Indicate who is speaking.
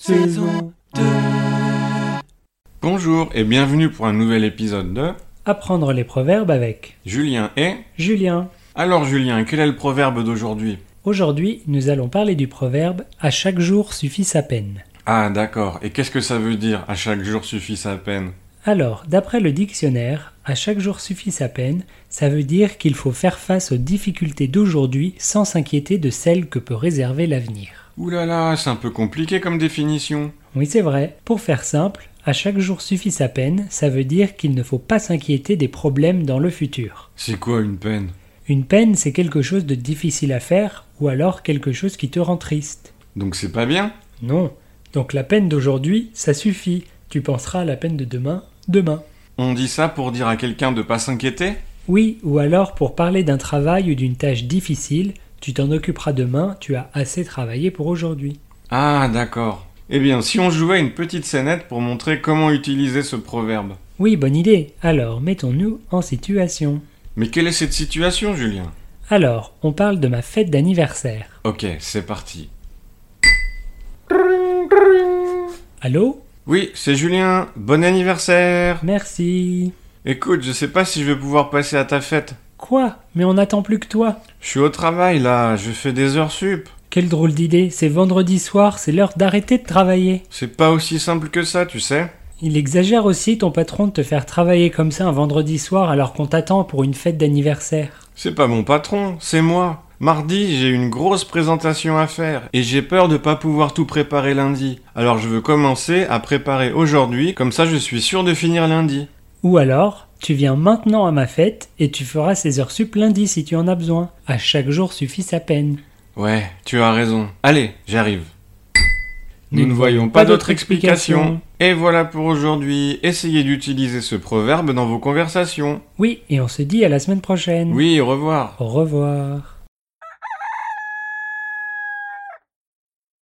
Speaker 1: saison 2.
Speaker 2: Bonjour et bienvenue pour un nouvel épisode de
Speaker 1: Apprendre les proverbes avec
Speaker 2: Julien et...
Speaker 1: Julien.
Speaker 2: Alors Julien, quel est le proverbe d'aujourd'hui
Speaker 1: Aujourd'hui, nous allons parler du proverbe À chaque jour suffit sa peine.
Speaker 2: Ah d'accord, et qu'est-ce que ça veut dire à chaque jour suffit sa peine
Speaker 1: Alors, d'après le dictionnaire, À chaque jour suffit sa peine, ça veut dire qu'il faut faire face aux difficultés d'aujourd'hui sans s'inquiéter de celles que peut réserver l'avenir.
Speaker 2: Ouh là là, c'est un peu compliqué comme définition.
Speaker 1: Oui, c'est vrai. Pour faire simple, À chaque jour suffit sa peine, ça veut dire qu'il ne faut pas s'inquiéter des problèmes dans le futur.
Speaker 2: C'est quoi une peine
Speaker 1: Une peine, c'est quelque chose de difficile à faire ou alors quelque chose qui te rend triste.
Speaker 2: Donc c'est pas bien
Speaker 1: Non. Donc la peine d'aujourd'hui, ça suffit. Tu penseras à la peine de demain, demain.
Speaker 2: On dit ça pour dire à quelqu'un de pas s'inquiéter
Speaker 1: Oui, ou alors pour parler d'un travail ou d'une tâche difficile, tu t'en occuperas demain, tu as assez travaillé pour aujourd'hui.
Speaker 2: Ah d'accord. Eh bien, si on jouait une petite scénette pour montrer comment utiliser ce proverbe.
Speaker 1: Oui, bonne idée. Alors, mettons-nous en situation.
Speaker 2: Mais quelle est cette situation Julien
Speaker 1: Alors, on parle de ma fête d'anniversaire.
Speaker 2: Ok, c'est parti.
Speaker 1: Allô
Speaker 2: Oui, c'est Julien, bon anniversaire
Speaker 1: Merci.
Speaker 2: Écoute, je sais pas si je vais pouvoir passer à ta fête.
Speaker 1: Quoi Mais on n'attend plus que toi.
Speaker 2: Je suis au travail là, je fais des heures sup.
Speaker 1: Quelle drôle d'idée, c'est vendredi soir, c'est l'heure d'arrêter de travailler.
Speaker 2: C'est pas aussi simple que ça, tu sais.
Speaker 1: Il exagère aussi ton patron de te faire travailler comme ça un vendredi soir alors qu'on t'attend pour une fête d'anniversaire.
Speaker 2: C'est pas mon patron, c'est moi. Mardi, j'ai une grosse présentation à faire et j'ai peur de pas pouvoir tout préparer lundi. Alors je veux commencer à préparer aujourd'hui, comme ça je suis sûr de finir lundi.
Speaker 1: Ou alors, tu viens maintenant à ma fête et tu feras ses heures sup lundi si tu en as besoin. À chaque jour suffit sa peine.
Speaker 2: Ouais, tu as raison. Allez, j'arrive. Nous ne voyons pas d'autre explication. Et voilà pour aujourd'hui. Essayez d'utiliser ce proverbe dans vos conversations.
Speaker 1: Oui, et on se dit à la semaine prochaine.
Speaker 2: Oui, au revoir.
Speaker 1: Au revoir.